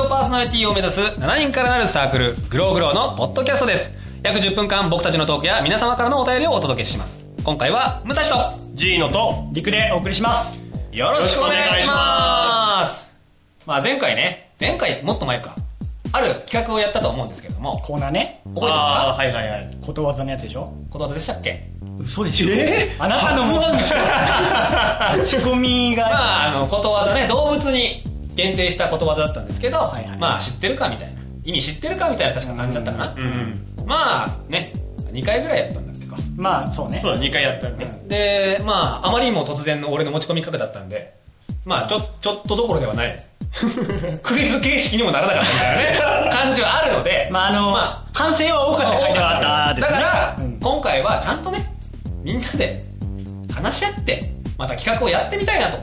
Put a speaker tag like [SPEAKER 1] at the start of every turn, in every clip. [SPEAKER 1] を目指す7人からなるサークルグローグローのポッドキャストです約10分間僕たちのトークや皆様からのお便りをお届けします今回は武蔵と
[SPEAKER 2] G のと
[SPEAKER 3] 陸でお送りします
[SPEAKER 1] よろしくお願いしますまあ前回ね前回もっと前かある企画をやったと思うんですけども
[SPEAKER 3] コーナーね
[SPEAKER 1] 覚えてます
[SPEAKER 2] あ
[SPEAKER 1] か
[SPEAKER 2] あはいはいはい
[SPEAKER 3] ことわざのやつでしょ
[SPEAKER 1] ことでしたっけ
[SPEAKER 2] 嘘でしょえ
[SPEAKER 3] あなたの
[SPEAKER 2] 初なんで
[SPEAKER 3] 口コミが
[SPEAKER 1] まああのことわざね動物に限定したことわざだったんですけど、
[SPEAKER 3] はいはい
[SPEAKER 1] まあ知ってるかみたいな意味知ってるかみたいな確か感じだったかな、
[SPEAKER 2] うんうん
[SPEAKER 1] まあね2回ぐらいやったんだっけか
[SPEAKER 3] まあそうね
[SPEAKER 2] そうだ2回やったね
[SPEAKER 1] でまああまりにも突然の俺の持ち込み価格だったんでまあちょちょっとどころではない クイズ形式にもならなかったみたい なね感じはあるので
[SPEAKER 3] まああの、反省は多かったって書いてあった
[SPEAKER 1] だから、
[SPEAKER 3] うん
[SPEAKER 1] 今回はちゃんとねみんなで話し合ってまた企画をやってみたいなと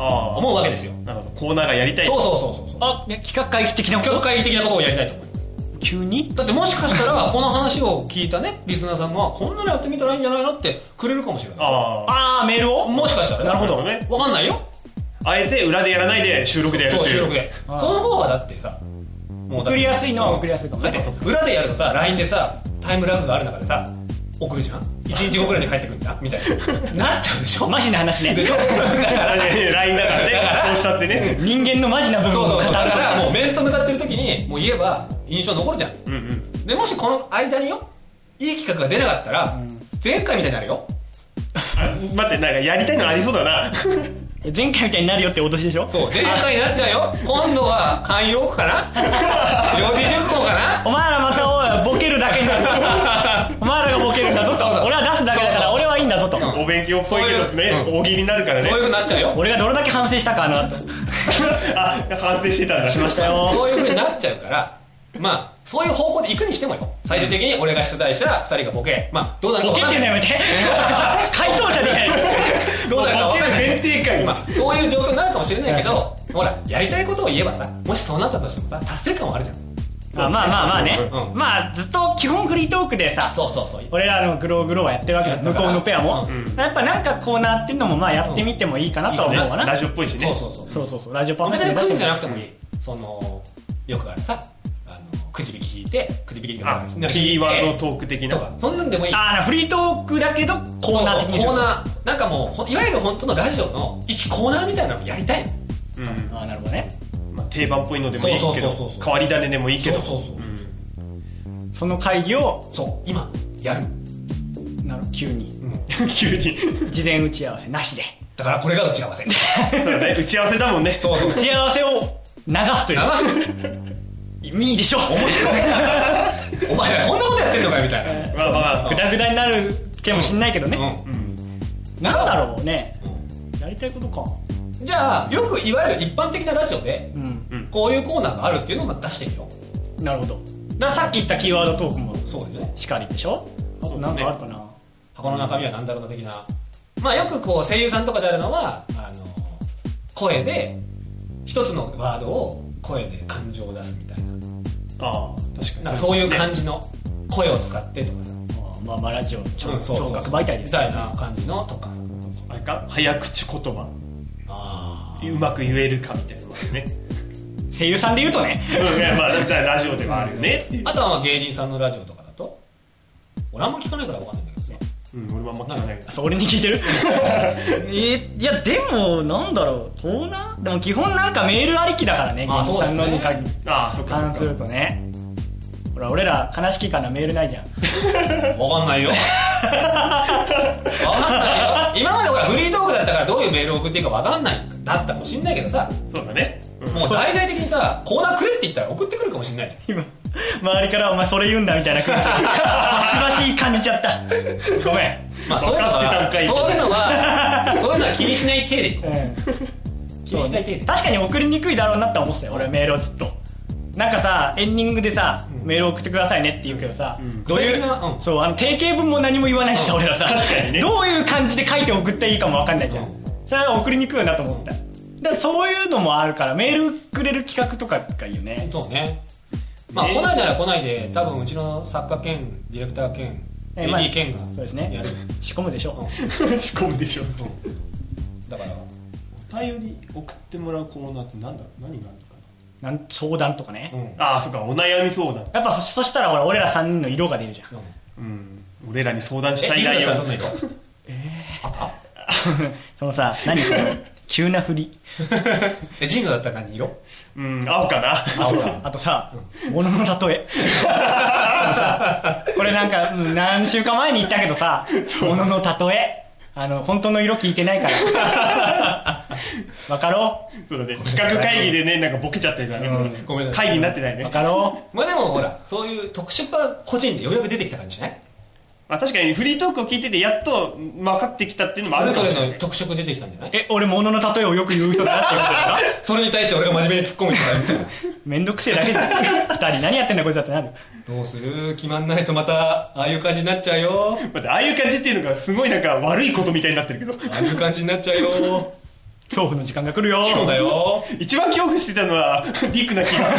[SPEAKER 2] ああ
[SPEAKER 1] 思うわけですよ
[SPEAKER 2] なるほどコーナーがやりたい
[SPEAKER 1] そうそうそうそうそう
[SPEAKER 3] あね企画会議的なこ
[SPEAKER 1] 企画
[SPEAKER 3] と
[SPEAKER 1] 会議的なことをやりたいと思います
[SPEAKER 3] 急に
[SPEAKER 1] だってもしか したらこの話を聞いたねリスナーさんはこんなのやってみたらいいんじゃないのってくれるかもしれない
[SPEAKER 2] ああ
[SPEAKER 3] ああメールを
[SPEAKER 1] もしかしたら
[SPEAKER 2] なるほどね
[SPEAKER 1] わかんないよ
[SPEAKER 2] あえて裏でやらないで収録でやるっ
[SPEAKER 1] そう
[SPEAKER 2] ていう
[SPEAKER 1] 収録でそ
[SPEAKER 3] あ
[SPEAKER 1] の
[SPEAKER 3] あ
[SPEAKER 1] 方がだってさもうだって
[SPEAKER 3] 送りやすいのは送りやすいかも
[SPEAKER 1] だって裏でやるとさ LINE でさタイムラグがある中でさ送るじゃん1日後ぐらいに帰ってくるんだみた いななっちゃうでしょ
[SPEAKER 3] マジな話ね
[SPEAKER 1] でしょだからね
[SPEAKER 2] LINE だからねどうしたってね
[SPEAKER 3] 人間のマジな部分
[SPEAKER 1] そう
[SPEAKER 3] を
[SPEAKER 1] そ
[SPEAKER 3] 語
[SPEAKER 1] う
[SPEAKER 3] る
[SPEAKER 1] そうだからもう面と向かってる時にもう言えば印象残るじゃん
[SPEAKER 2] うんうん
[SPEAKER 1] でもしこの間によいい企画が出なかったら、前回みたいになるよ
[SPEAKER 2] あ待ってなんかやりたいのありそうだな
[SPEAKER 3] 前回みたいになるよって脅しでしょ
[SPEAKER 1] そう前回になっちゃうよ今度は慣用句かな四字熟語か な
[SPEAKER 3] お前らまたおいボケるだけに なるお前らがボケるんだぞと
[SPEAKER 1] そうそう
[SPEAKER 3] 俺は出すだけだか
[SPEAKER 1] そうそ
[SPEAKER 3] ら
[SPEAKER 1] う
[SPEAKER 3] 俺はいいんだぞと
[SPEAKER 1] ん
[SPEAKER 2] お勉強っぽいけどね
[SPEAKER 1] そういう
[SPEAKER 2] 大喜利になるからね
[SPEAKER 1] そういうふうになっちゃうよ
[SPEAKER 3] 俺がどれだけ反省したかあの後
[SPEAKER 2] あ反省してたんだ
[SPEAKER 3] しましたよ
[SPEAKER 1] そういうふうになっちゃうからまあそういう方向で行くにしてもよ最終的に俺が出題したら2人がボケまあどうなるか
[SPEAKER 3] ボ
[SPEAKER 1] 分
[SPEAKER 3] ケっ
[SPEAKER 1] か
[SPEAKER 3] て
[SPEAKER 1] ん
[SPEAKER 3] いう
[SPEAKER 1] な
[SPEAKER 3] のや
[SPEAKER 1] い
[SPEAKER 3] めて回答者でいない
[SPEAKER 1] どうなるか分かんない
[SPEAKER 2] ボケる前提かよ
[SPEAKER 1] まあ、そういう状況になるかもしれないけどほらやりたいことを言えばさもしそうなったとしてもさ達成感はあるじゃん
[SPEAKER 3] まあまあまあまあね、
[SPEAKER 1] うん
[SPEAKER 3] まあずっと基本フリートークでさ
[SPEAKER 1] そうそうそう
[SPEAKER 3] 俺らのグローグローはやってるわけだ向こうのペアも、
[SPEAKER 2] うん
[SPEAKER 3] やっぱなんかコーナーっていうのもまあやってみてもいいかなとは思うわな、
[SPEAKER 2] ラジオっぽいしね
[SPEAKER 1] そうそうそう
[SPEAKER 3] そうそうそうラジオパーソナ
[SPEAKER 1] 別
[SPEAKER 3] リ
[SPEAKER 1] に
[SPEAKER 3] ティ
[SPEAKER 1] クイ
[SPEAKER 3] 出
[SPEAKER 1] ズ
[SPEAKER 3] し
[SPEAKER 1] じ
[SPEAKER 3] て
[SPEAKER 1] ゃなくてもいいそのよくあるさあのくじ引き引いてくじ引き
[SPEAKER 2] あ
[SPEAKER 1] 引いて
[SPEAKER 2] キーワードトーク的な
[SPEAKER 1] とかそんなんでもいい
[SPEAKER 3] ああフリートークだけどコーナー的にす
[SPEAKER 1] コ
[SPEAKER 3] る
[SPEAKER 1] ーナーなんかもうほんいわゆる本当のラジオの一コーナーみたいなのやりたい
[SPEAKER 2] うん
[SPEAKER 3] ああなるほどね
[SPEAKER 2] まあ定番っぽいのでもいいけ
[SPEAKER 1] そうそうそう
[SPEAKER 2] ど
[SPEAKER 1] そう
[SPEAKER 2] 変わり種でもいいけど
[SPEAKER 1] そうそうそう
[SPEAKER 3] その会議を
[SPEAKER 1] そう今やる、
[SPEAKER 3] なる急に
[SPEAKER 1] うん
[SPEAKER 2] うん 急に
[SPEAKER 3] 事前打ち合わせなしで
[SPEAKER 1] だからこれが打ち合わせ
[SPEAKER 2] そうだね打ち合わせだもんね
[SPEAKER 1] そうそう
[SPEAKER 3] 打ち合わせを流すという
[SPEAKER 1] 流す
[SPEAKER 3] いいでしょ 面白い
[SPEAKER 1] お前らこんなことやってんのかよみたい
[SPEAKER 2] まあまあ
[SPEAKER 3] グダグダになるけもしんないけどね、
[SPEAKER 1] な、
[SPEAKER 2] う
[SPEAKER 1] うん
[SPEAKER 3] なんだろうね
[SPEAKER 1] ん
[SPEAKER 3] やりたいことか
[SPEAKER 1] じゃあよくいわゆる一般的なラジオで
[SPEAKER 3] うん
[SPEAKER 1] こういうコーナーがあるっていうのをまあ出してみよ
[SPEAKER 3] なるほどだからさっき言ったキーワードトークも
[SPEAKER 1] うそうですよね
[SPEAKER 3] しかりでしょあとなんかあるかな、
[SPEAKER 1] 箱の中身は何だろうな的な、まあ、よくこう声優さんとかであるのはあの声で一つのワードを声で感情を出すみたいな
[SPEAKER 2] ああ確かに
[SPEAKER 1] なんかそういう感じの声を使ってとかさ、
[SPEAKER 3] あまあまあラジオ聴
[SPEAKER 1] うんそうそう
[SPEAKER 3] 聴覚媒体で
[SPEAKER 1] み
[SPEAKER 3] すか
[SPEAKER 1] た
[SPEAKER 3] ら
[SPEAKER 1] いな感じのとかさ
[SPEAKER 2] あれか早口言葉
[SPEAKER 1] あ
[SPEAKER 2] うまく言えるかみたいなのがね
[SPEAKER 3] 声優さんで言うとね
[SPEAKER 2] うんいやまあだからラジオではあるよねっていう
[SPEAKER 1] あとはまあ芸人さんのラジオとかだと俺あんま聞かないから分かんないんだけどさ
[SPEAKER 2] うん俺もあんま聞かない
[SPEAKER 3] あそう俺に聞い てるえいやでもなんだろうコーナーでも基本なんかメールありきだからね
[SPEAKER 1] まあ
[SPEAKER 3] 銀さんのに
[SPEAKER 1] そうだよ
[SPEAKER 3] 限
[SPEAKER 1] ね
[SPEAKER 2] ああそっか
[SPEAKER 3] 関す
[SPEAKER 2] そっ
[SPEAKER 3] るとねほら俺ら悲しきからメールない じゃん
[SPEAKER 1] 分かんないよ分かんないよ今までほらフリートークだったからどういうメールを送っていいか分かんないだったかもしんないけどさ
[SPEAKER 2] そうだねうん
[SPEAKER 1] もう大々的にさコーナーくれって言ったら送ってくるかもしんないじゃん
[SPEAKER 3] 今周りから「お前それ言うんだ」みたいな空気バシバシ感じちゃったごめん
[SPEAKER 1] まあそういうの
[SPEAKER 2] 分か
[SPEAKER 1] は
[SPEAKER 2] って
[SPEAKER 1] そう
[SPEAKER 2] たんかい
[SPEAKER 1] いうのはそういうのは気にしない体でいこう気にしない程度
[SPEAKER 3] 確かに送りにくいだろうなって思ってたよ俺メールをずっとなんかさエンディングでさ、メール送ってくださいねって言うけどさ、どうい
[SPEAKER 1] 具体
[SPEAKER 3] う
[SPEAKER 1] 的なうん
[SPEAKER 3] そうあの定型文も何も言わないしさ、俺らさ
[SPEAKER 2] 確かにね
[SPEAKER 3] どういう感じで書いて送っていいかも分かんないじゃん、
[SPEAKER 1] うん
[SPEAKER 3] それは送りにくいよなと思った、だからそういうのもあるからメールくれる企画とかがいいよね
[SPEAKER 1] そうねまあ
[SPEAKER 2] え
[SPEAKER 1] 来ないなら来ないで多分うちの作家兼ディレクター兼
[SPEAKER 3] えまあ
[SPEAKER 1] AD 兼が
[SPEAKER 3] そうですね
[SPEAKER 1] やる
[SPEAKER 3] 仕込むでしょ、
[SPEAKER 2] 仕込むでしょ
[SPEAKER 1] だから
[SPEAKER 2] お便り送ってもらうコーナーってなんだろう何があるのか
[SPEAKER 3] なん相談とかね、
[SPEAKER 1] うん
[SPEAKER 2] ああそっかお悩み相談
[SPEAKER 3] やっぱそそしたらほら俺ら3人の色が出るじ ゃん
[SPEAKER 2] うん俺らに相談した
[SPEAKER 1] え、リ
[SPEAKER 2] い
[SPEAKER 1] ズだ
[SPEAKER 2] 内
[SPEAKER 1] った
[SPEAKER 2] 容
[SPEAKER 1] らどんな色
[SPEAKER 3] そのさ何その急な振り
[SPEAKER 1] え、ジングだったら何色
[SPEAKER 2] うん青かな
[SPEAKER 1] 青
[SPEAKER 2] そう
[SPEAKER 1] だ。
[SPEAKER 3] あとさ物の例えあのさこれなんかうん何週間前に言ったけどさ物の例えあの本当の色聞いてないからわかろ
[SPEAKER 2] そうだね企画会議でねなんかボケちゃってるからねもうね
[SPEAKER 1] ごめんなさい
[SPEAKER 2] 会議になってないう
[SPEAKER 3] わ
[SPEAKER 2] ね
[SPEAKER 3] かろ
[SPEAKER 1] まあでもほら、そういう特色は個人でようやく出てきた感じしない
[SPEAKER 2] まあ確かにフリートークを聞いててやっと分かってきたっていうのも
[SPEAKER 1] そ
[SPEAKER 2] あ
[SPEAKER 1] れ
[SPEAKER 2] る
[SPEAKER 1] ぞ
[SPEAKER 2] かもしれ
[SPEAKER 1] れ
[SPEAKER 2] な
[SPEAKER 1] の
[SPEAKER 2] い
[SPEAKER 1] 特色出てきたんじゃな
[SPEAKER 3] う
[SPEAKER 1] い
[SPEAKER 3] え俺物の例えをよく言う人だなってことですか
[SPEAKER 1] それに対して俺が真面目に突っ込むみたいなみたいな。
[SPEAKER 3] めんどくせえだけで二人何やってんだこいつだってなる
[SPEAKER 1] どうする決まんないとまた、ああいう感じになっちゃうよ。
[SPEAKER 2] 待ってああいう感じっていうのがすごいなんか悪いことみたいになってるけど
[SPEAKER 1] ああいう感じになっちゃうよ。
[SPEAKER 3] 恐怖の時間が来るよ
[SPEAKER 1] そうだよ。
[SPEAKER 2] 一番恐怖してたのはビッグな気がす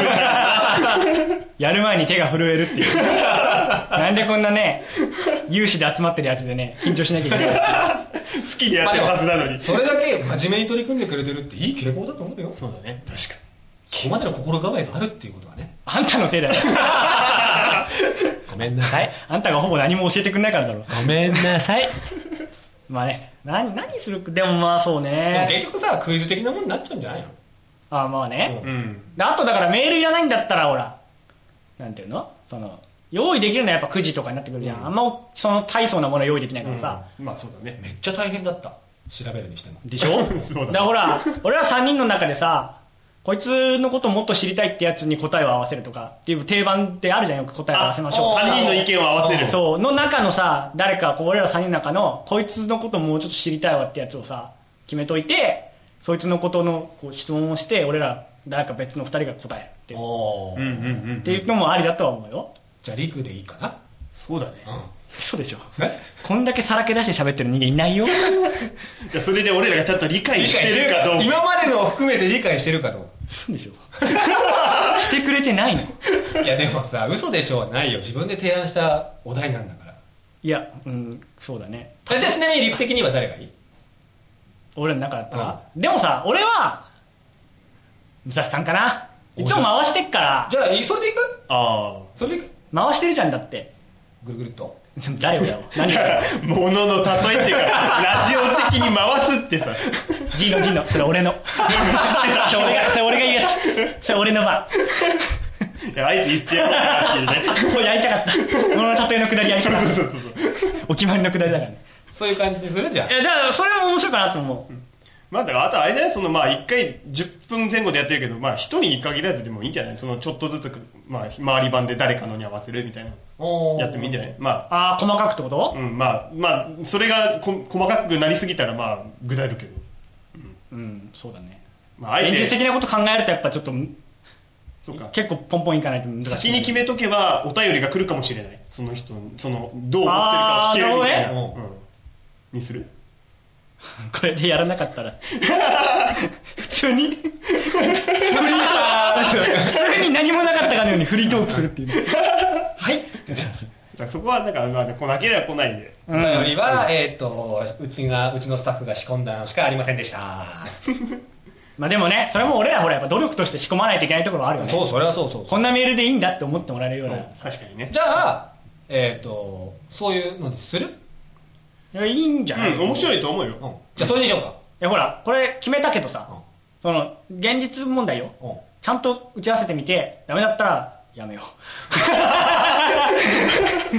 [SPEAKER 2] る
[SPEAKER 3] やる前に手が震えるっていうなんでこんなね有志で集まってるやつでね緊張しなきゃいけない
[SPEAKER 2] 好きでやってるはずなのに
[SPEAKER 1] それだけ真面目に取り組んでくれてるっていい傾向だと思うよ。
[SPEAKER 2] そうだね確か
[SPEAKER 1] ここまでの心構えがあるっていうことはね。
[SPEAKER 3] あんたのせいだよ
[SPEAKER 1] ごめんなさい。
[SPEAKER 3] あんたがほぼ何も教えてくんないからだろ
[SPEAKER 1] ごめんなさい。
[SPEAKER 3] まあね何何するでもまあそ う
[SPEAKER 1] でも
[SPEAKER 3] ね
[SPEAKER 1] 結局さ、クイズ的なものになっちゃうんじゃないの
[SPEAKER 3] あまあね
[SPEAKER 1] う、
[SPEAKER 2] にうん
[SPEAKER 3] であとだからメールいらないんだったらほらなんていうのその用意できるのはやっぱ9時とかになってくるじゃん、あんまその大層なものは用意できないからさ、
[SPEAKER 2] まあそうだね
[SPEAKER 1] めっちゃ大変だった。調べるにしても。
[SPEAKER 3] でしょ
[SPEAKER 2] そうだね
[SPEAKER 3] だからほら俺ら3人の中でさこいつのこともっと知りたいってやつに答えを合わせるとかっていう定番ってあるじゃんよく答えを合わせましょう
[SPEAKER 1] あ
[SPEAKER 2] 3人の意見を合わせる
[SPEAKER 3] そうの中のさ誰かこう俺ら3人の中のこいつのこともうちょっと知りたいわってやつをさ決めといてそいつのことのこう質問をして俺ら誰か別の2人が答えるっていう
[SPEAKER 1] お
[SPEAKER 2] うんうんうん
[SPEAKER 3] っていうのもありだとは思うよ
[SPEAKER 1] じゃあ、リクでいいかな
[SPEAKER 2] そうだね
[SPEAKER 3] 嘘でしょ
[SPEAKER 1] え
[SPEAKER 3] こんだけさらけ出して喋ってる人間いない よ
[SPEAKER 2] いやそれで俺らがちゃんと理解してるかどうか
[SPEAKER 1] 今までのを含めて理解してるかどう
[SPEAKER 3] 嘘でしょしてくれてないの
[SPEAKER 1] かいやでもさ嘘でしょはないよ自分で提案したお題なんだから
[SPEAKER 3] いやうんそうだね
[SPEAKER 1] あじゃあちなみに陸的には誰がいい
[SPEAKER 3] 俺の中だったら、でもさ俺は武蔵さんかないつも回してっから
[SPEAKER 1] じゃあいそれでいく
[SPEAKER 2] あ
[SPEAKER 1] それでいく
[SPEAKER 3] 回してるじゃんだって
[SPEAKER 1] ぐるぐるっと
[SPEAKER 3] でも誰をだよ何をだよ
[SPEAKER 2] あものの例えっていうかラジオ的に回すってさ
[SPEAKER 3] G の G のそれ俺のそれ俺がそれ俺が言うやつそれ俺の番
[SPEAKER 2] いやあえて言ってやろうかなっていうね
[SPEAKER 3] これやりたかった俺の例えのくだりやりたかっ
[SPEAKER 2] そうそうそうそう
[SPEAKER 3] たお決まりのくだりだからね
[SPEAKER 1] そういう感じにするじゃん
[SPEAKER 3] いやだからそれも面白いかなと思う、
[SPEAKER 2] まあだからあとあれじゃないそのまあ1回10分前後でやってるけどまあ1人に限らずでもいいんじゃないそのちょっとずつまあ周り版で誰かのに合わせるみたいな
[SPEAKER 1] おー
[SPEAKER 2] やってもいいんじゃないまあ
[SPEAKER 3] ああ細かくってこと
[SPEAKER 2] うんまあまあそれがこ細かくなりすぎたらまあぐだるけど、
[SPEAKER 3] うん、そうだね
[SPEAKER 2] まあ、あえ
[SPEAKER 3] 現
[SPEAKER 2] て
[SPEAKER 3] 実的なこと考えるとやっぱちょっと
[SPEAKER 2] そうか
[SPEAKER 3] 結構ポンポンいかないと難しい
[SPEAKER 2] 先に決めとけばお便りが来るかもしれないその人そのどう思ってるか
[SPEAKER 3] あ
[SPEAKER 2] を
[SPEAKER 3] ー
[SPEAKER 2] 聞けるみたいな、
[SPEAKER 1] なるほど
[SPEAKER 2] うんにする
[SPEAKER 3] これでやらなかったら普通に普通に何もなかったかのようにフリートークするっていうね
[SPEAKER 1] はい
[SPEAKER 2] だからそこはなんか、まあ、来なければ来ないで
[SPEAKER 1] お便りは、えっ、とうちがうちのスタッフが仕込んだのしかありませんでした
[SPEAKER 3] まあでもねそれも俺らほらやっぱ努力として仕込まないといけないところはあるよね
[SPEAKER 1] う それはそうそう
[SPEAKER 3] こんなメールでいいんだって思ってもらえるような、
[SPEAKER 2] 確かにね
[SPEAKER 1] じゃあえっ、とそういうのにする、
[SPEAKER 3] いやいいんじゃない、
[SPEAKER 2] うん面
[SPEAKER 3] い
[SPEAKER 2] 白いと思うよ、
[SPEAKER 1] うん、じゃあそれにしようか
[SPEAKER 3] やほらこれ決めたけどさ、
[SPEAKER 1] うん
[SPEAKER 3] その現実問題よ
[SPEAKER 1] うん
[SPEAKER 3] ちゃんと打ち合わせてみてダメだったらやめよ
[SPEAKER 1] こ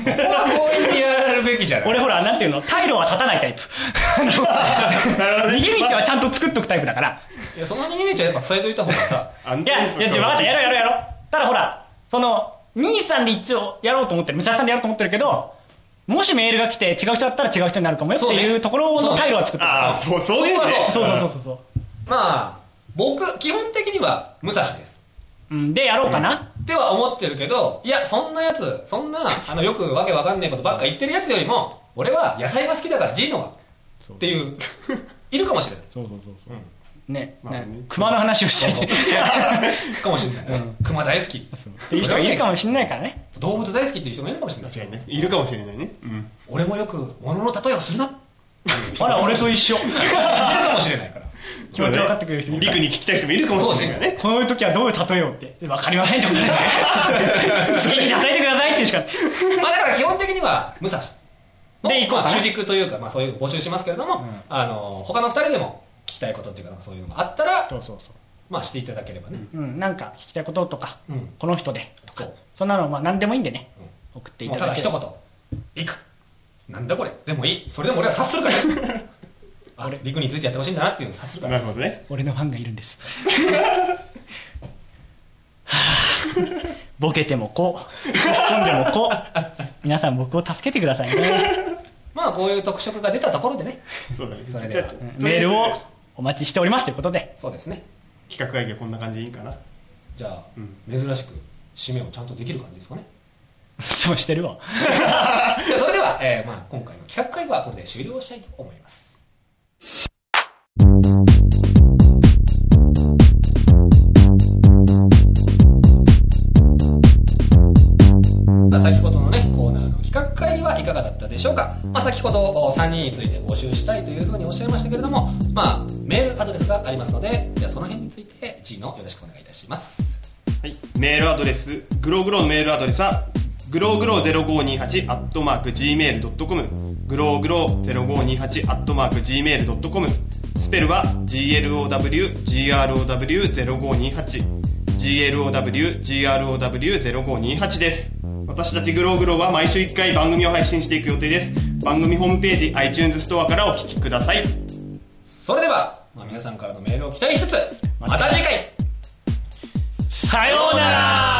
[SPEAKER 1] れは強引にやられるべきじゃ
[SPEAKER 3] う
[SPEAKER 1] ない
[SPEAKER 3] 俺ほらなんていうの退路は立たないタイプあ
[SPEAKER 2] なるほ
[SPEAKER 3] の
[SPEAKER 2] どね
[SPEAKER 3] 逃げ道はちゃんと作っとくタイプだから
[SPEAKER 1] いやそんな逃げ道はやっぱ塞いといた方がさ
[SPEAKER 2] あん
[SPEAKER 3] いや、いや、分かった、やろうやろうやろう。ただほら、その、兄さんで一応やろうと思ってる、武蔵さんでやろうと思ってるけど、もしメールが来て違う人だったら違う人になるかもよって
[SPEAKER 1] そう
[SPEAKER 3] い
[SPEAKER 1] ね
[SPEAKER 3] うところの態度は作ってる。
[SPEAKER 2] ああそうそういうね
[SPEAKER 3] そうそうそうそうそう。
[SPEAKER 1] まあ僕基本的には武蔵です
[SPEAKER 3] うん、で、やろうかな。
[SPEAKER 1] っては思ってるけどいやそんなやつそんなあのよくわけわかんないことばっか言ってるやつよりも俺は野菜が好きだからジーノがっていう いるかもしれない
[SPEAKER 3] そうそうそうそう。ね、
[SPEAKER 2] まあね
[SPEAKER 3] ね熊の話をしてて。
[SPEAKER 1] かもしれない、ね、熊大好き
[SPEAKER 3] っていう人がいるかもしれないからね。
[SPEAKER 1] 動物大好きっていう人もいるかもしれない
[SPEAKER 2] 確かにねいるかもしれないね、うん、
[SPEAKER 1] 俺もよく物の例えをするなっていう人
[SPEAKER 3] あ
[SPEAKER 1] も
[SPEAKER 3] ら、俺と一緒。
[SPEAKER 1] いるかもしれないから
[SPEAKER 3] 気持ち分かってくれる人いるか
[SPEAKER 2] 陸
[SPEAKER 3] ら
[SPEAKER 2] に聞きたい人もいるかもしれないからね。
[SPEAKER 3] こういう時はどういう例えをって分かりませんってことだよね 好きに例えてくださいっていうしか
[SPEAKER 1] まあだから基本的には武蔵の
[SPEAKER 3] で行こう
[SPEAKER 1] ま
[SPEAKER 3] かな
[SPEAKER 1] あ、主軸というか、まあ、そういう募集しますけれども、
[SPEAKER 3] ん
[SPEAKER 1] あの他の2人でも聞きたいことっていうかそういうのがあったら、
[SPEAKER 3] そうそうそ
[SPEAKER 1] まあ、していただければね、
[SPEAKER 3] う、うん、なんか聞きたいこととか、
[SPEAKER 1] うん
[SPEAKER 3] この人でとか
[SPEAKER 1] そう
[SPEAKER 3] そんなのまあ何でもいいんでね、送ってい
[SPEAKER 1] もう
[SPEAKER 3] た
[SPEAKER 1] た
[SPEAKER 3] だ
[SPEAKER 1] だ
[SPEAKER 3] け
[SPEAKER 1] 一
[SPEAKER 3] れば
[SPEAKER 1] 言「いく」なんだこれでもいいそれでも俺は察するから あれ陸についてやってほしいんだなっていうのを察するから
[SPEAKER 2] なるほどね。
[SPEAKER 3] 俺のファンがいるんですはぁボケてもこう突っ込んでもこう皆さん僕を助けてくださいね
[SPEAKER 1] まあこういう特色が出たところでね
[SPEAKER 2] そうだね。
[SPEAKER 1] それでは
[SPEAKER 2] じゃあ
[SPEAKER 3] メールをお待ちしておりますということで
[SPEAKER 1] そうですね
[SPEAKER 2] 企画会議はこんな感じでいいかな。
[SPEAKER 1] じゃあ、
[SPEAKER 2] うん
[SPEAKER 1] 珍しく締めをちゃんとできる感じですかね
[SPEAKER 3] そうしてるわ
[SPEAKER 1] じゃあ それでは、えーまあ、今回の企画会議はこれで終了したいと思いますまあ、先ほどのねコーナーの企画会議はいかがだったでしょうか、まあ、先ほど3人について募集したいというふうにおっしゃいましたけれども、まあ、メールアドレスがありますのでじゃあその辺について G のよろしくお願いいたします
[SPEAKER 2] はい、メールアドレスグログロのメールアドレスはグログロ0528アットマーク Gmail.com グログロ0528アットマーク Gmail.com スペルは GLOWGROW0528GLOWGROW0528 です私たちグログロは毎週1回番組を配信していく予定です番組ホームページ iTunes ストアからお聞きください
[SPEAKER 1] それでは、まあ、皆さんからのメールを期待しつつまた次回
[SPEAKER 3] さようなら